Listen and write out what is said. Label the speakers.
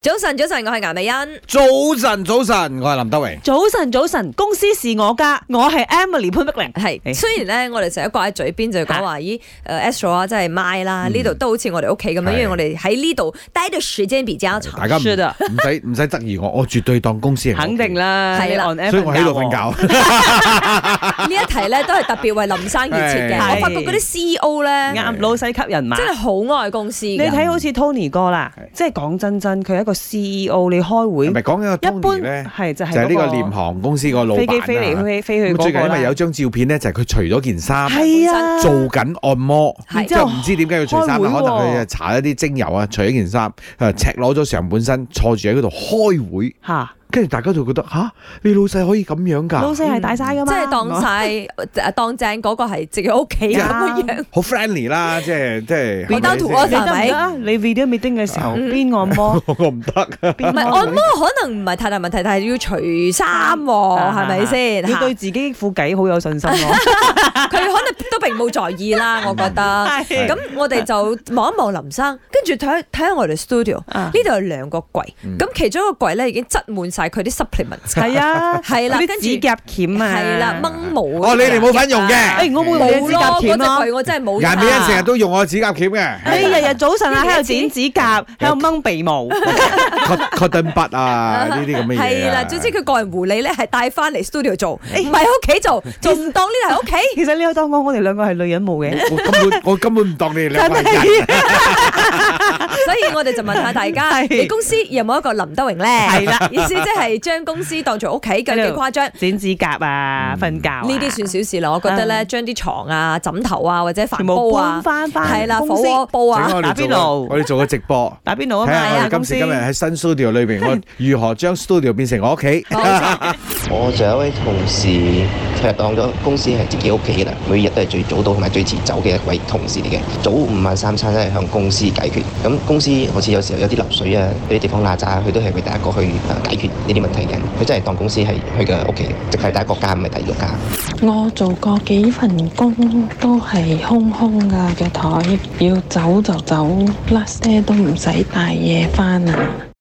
Speaker 1: 早晨，早晨，我係顏美欣。
Speaker 2: 早晨，早晨，我係林德榮。
Speaker 3: 早晨，早晨，公司是我家，我係 Emily 潘碧玲。
Speaker 1: 係，
Speaker 3: 誒
Speaker 1: 雖然咧，我哋成日掛喺嘴邊就講話，咦，誒 Astro 啊，即係 My 啦，呢度都好似我哋屋企咁樣，
Speaker 2: 係
Speaker 1: 因為我哋喺呢度待嘅時間比較長。
Speaker 2: 大家唔唔
Speaker 3: 是的
Speaker 2: 使唔使質疑我，我絕對當公司係我
Speaker 3: 肯定啦，
Speaker 1: 係啦
Speaker 3: 你按
Speaker 2: 屋企，所以我喺度
Speaker 3: Emily 教
Speaker 2: 瞓 覺。
Speaker 1: 呢一題咧都係特別為林生而設嘅。
Speaker 2: 係
Speaker 1: 我發覺嗰啲 CEO
Speaker 3: 我
Speaker 1: 咧，
Speaker 3: 啱老細級人馬。
Speaker 1: 真係好愛公司
Speaker 3: 你
Speaker 1: 嘅。
Speaker 3: 睇好似 Tony 哥啦，即係講真真，佢係一個 CEO，你開會
Speaker 2: 唔係講緊個
Speaker 3: 一
Speaker 2: Tony
Speaker 3: 般
Speaker 2: 咧，
Speaker 3: 係就
Speaker 2: 就係呢
Speaker 3: 係
Speaker 2: 個
Speaker 3: 嗰
Speaker 2: 廉航公司個老
Speaker 3: 飛機
Speaker 2: 闆
Speaker 3: 飛嚟
Speaker 2: 啊。
Speaker 3: 飛飛
Speaker 2: 咁
Speaker 3: 去嗰
Speaker 2: 最近
Speaker 3: 個
Speaker 2: 因為有
Speaker 3: 啦。
Speaker 2: 張照片咧，就係佢除咗件衫，
Speaker 3: 係啊，
Speaker 2: 做緊按摩，
Speaker 1: 係
Speaker 2: 即係唔知點解要除衫啦，啊
Speaker 3: 開會
Speaker 2: 可
Speaker 3: 喎
Speaker 2: 能佢搽一啲精油啊，除咗件衫，誒赤裸咗上半身，坐住喺嗰度開會，
Speaker 3: 嚇
Speaker 2: 跟住大家就覺得吓，你老細可以咁樣
Speaker 3: 老
Speaker 2: 㗎，
Speaker 3: 細係大晒噶嘛，
Speaker 1: 即係當晒當正嗰個係自己屋企咁嘅樣。
Speaker 2: 好 friendly 啦，即係即係。
Speaker 1: 你當圖我
Speaker 3: 你得唔得啊？你 video meeting 嘅時候
Speaker 1: 嗯
Speaker 3: 邊按 摩
Speaker 2: 我唔得。
Speaker 3: 邊
Speaker 1: 唔係按摩可能唔係太大問題，但係要除衫喎，哦係咪先？
Speaker 3: 要
Speaker 1: 嚇
Speaker 3: 啊對自己副偈好有信心 咯。
Speaker 1: 佢可能都並冇在意啦，我覺得。
Speaker 3: 係
Speaker 1: 咁我哋就望一望林生，跟住睇睇下我哋 studio 呢
Speaker 3: 啊
Speaker 1: 度有兩個櫃，
Speaker 2: 嗯
Speaker 1: 咁其中一個櫃咧已經擠滿晒佢啲 supplements，
Speaker 3: 係啊，
Speaker 1: 係啦
Speaker 3: 嗰
Speaker 1: 跟
Speaker 3: 啲
Speaker 1: 住
Speaker 3: 指甲鉗啊，
Speaker 1: 係啦，掹毛嗰啲啊。
Speaker 2: 哦，你哋冇份用嘅。
Speaker 3: 哎我會用
Speaker 1: 冇咯，嗰
Speaker 3: 指甲
Speaker 1: 隻
Speaker 3: 鉗啊
Speaker 1: 櫃我真係冇。
Speaker 2: 顏美欣成日都用我指甲鉗嘅
Speaker 3: 你日日早晨
Speaker 1: 呢
Speaker 3: 啊喺
Speaker 1: 個
Speaker 3: 度
Speaker 1: 指
Speaker 3: 剪指甲，喺度掹鼻毛，
Speaker 1: 哎
Speaker 2: ，cut cut 燈筆 啊，呢啲咁嘅嘢啊。
Speaker 1: 係啦，總之佢個人護理咧係帶翻嚟 studio 做，唔係喺屋企做，做唔當呢度係屋企。
Speaker 3: 其實你有當我我哋兩個係女人冇 嘅，
Speaker 2: 我根本我根本唔當你哋兩個 人。
Speaker 1: 所以我哋就問下大家，
Speaker 3: 係
Speaker 1: 你公司有冇一個林德榮咧？
Speaker 3: 係啦，
Speaker 1: 意思即係將公司當做屋企，究竟幾誇張？
Speaker 3: 剪指甲啊，
Speaker 2: 嗯
Speaker 3: 瞓覺啊嗯
Speaker 1: 呢啲算小事啦，我覺得咧，將啲床啊、枕頭啊或者飯
Speaker 3: 全
Speaker 1: 煲
Speaker 3: 部
Speaker 1: 啊
Speaker 3: 搬，翻翻
Speaker 1: 係啦，火
Speaker 3: 公司
Speaker 1: 鍋煲
Speaker 2: 整
Speaker 1: 啊，
Speaker 2: 我哋做個我哋做個直播，
Speaker 3: 打邊爐啊
Speaker 2: 睇下我
Speaker 3: 嘛，
Speaker 2: 哋今時今日
Speaker 3: 公司
Speaker 2: 喺新 studio 裏邊，我如何將 studio 變成我屋企。
Speaker 1: 冇錯
Speaker 4: 我仲有一位同事，佢係當咗公司係自己屋企啦，每日都係最早到同埋最遲走嘅一位同事嚟嘅。早午晚三餐都係向公司解決。咁公司好似有時候有啲漏水啊，有啲地方邋遢啊，佢都係會第一個去呃解決呢啲問題嘅。佢真係當公司係佢嘅屋企，即係第一個家，唔係第二個家。
Speaker 5: 我做過幾份工都係空空㗎嘅台，要走就走，last day 都唔使帶嘢返啊！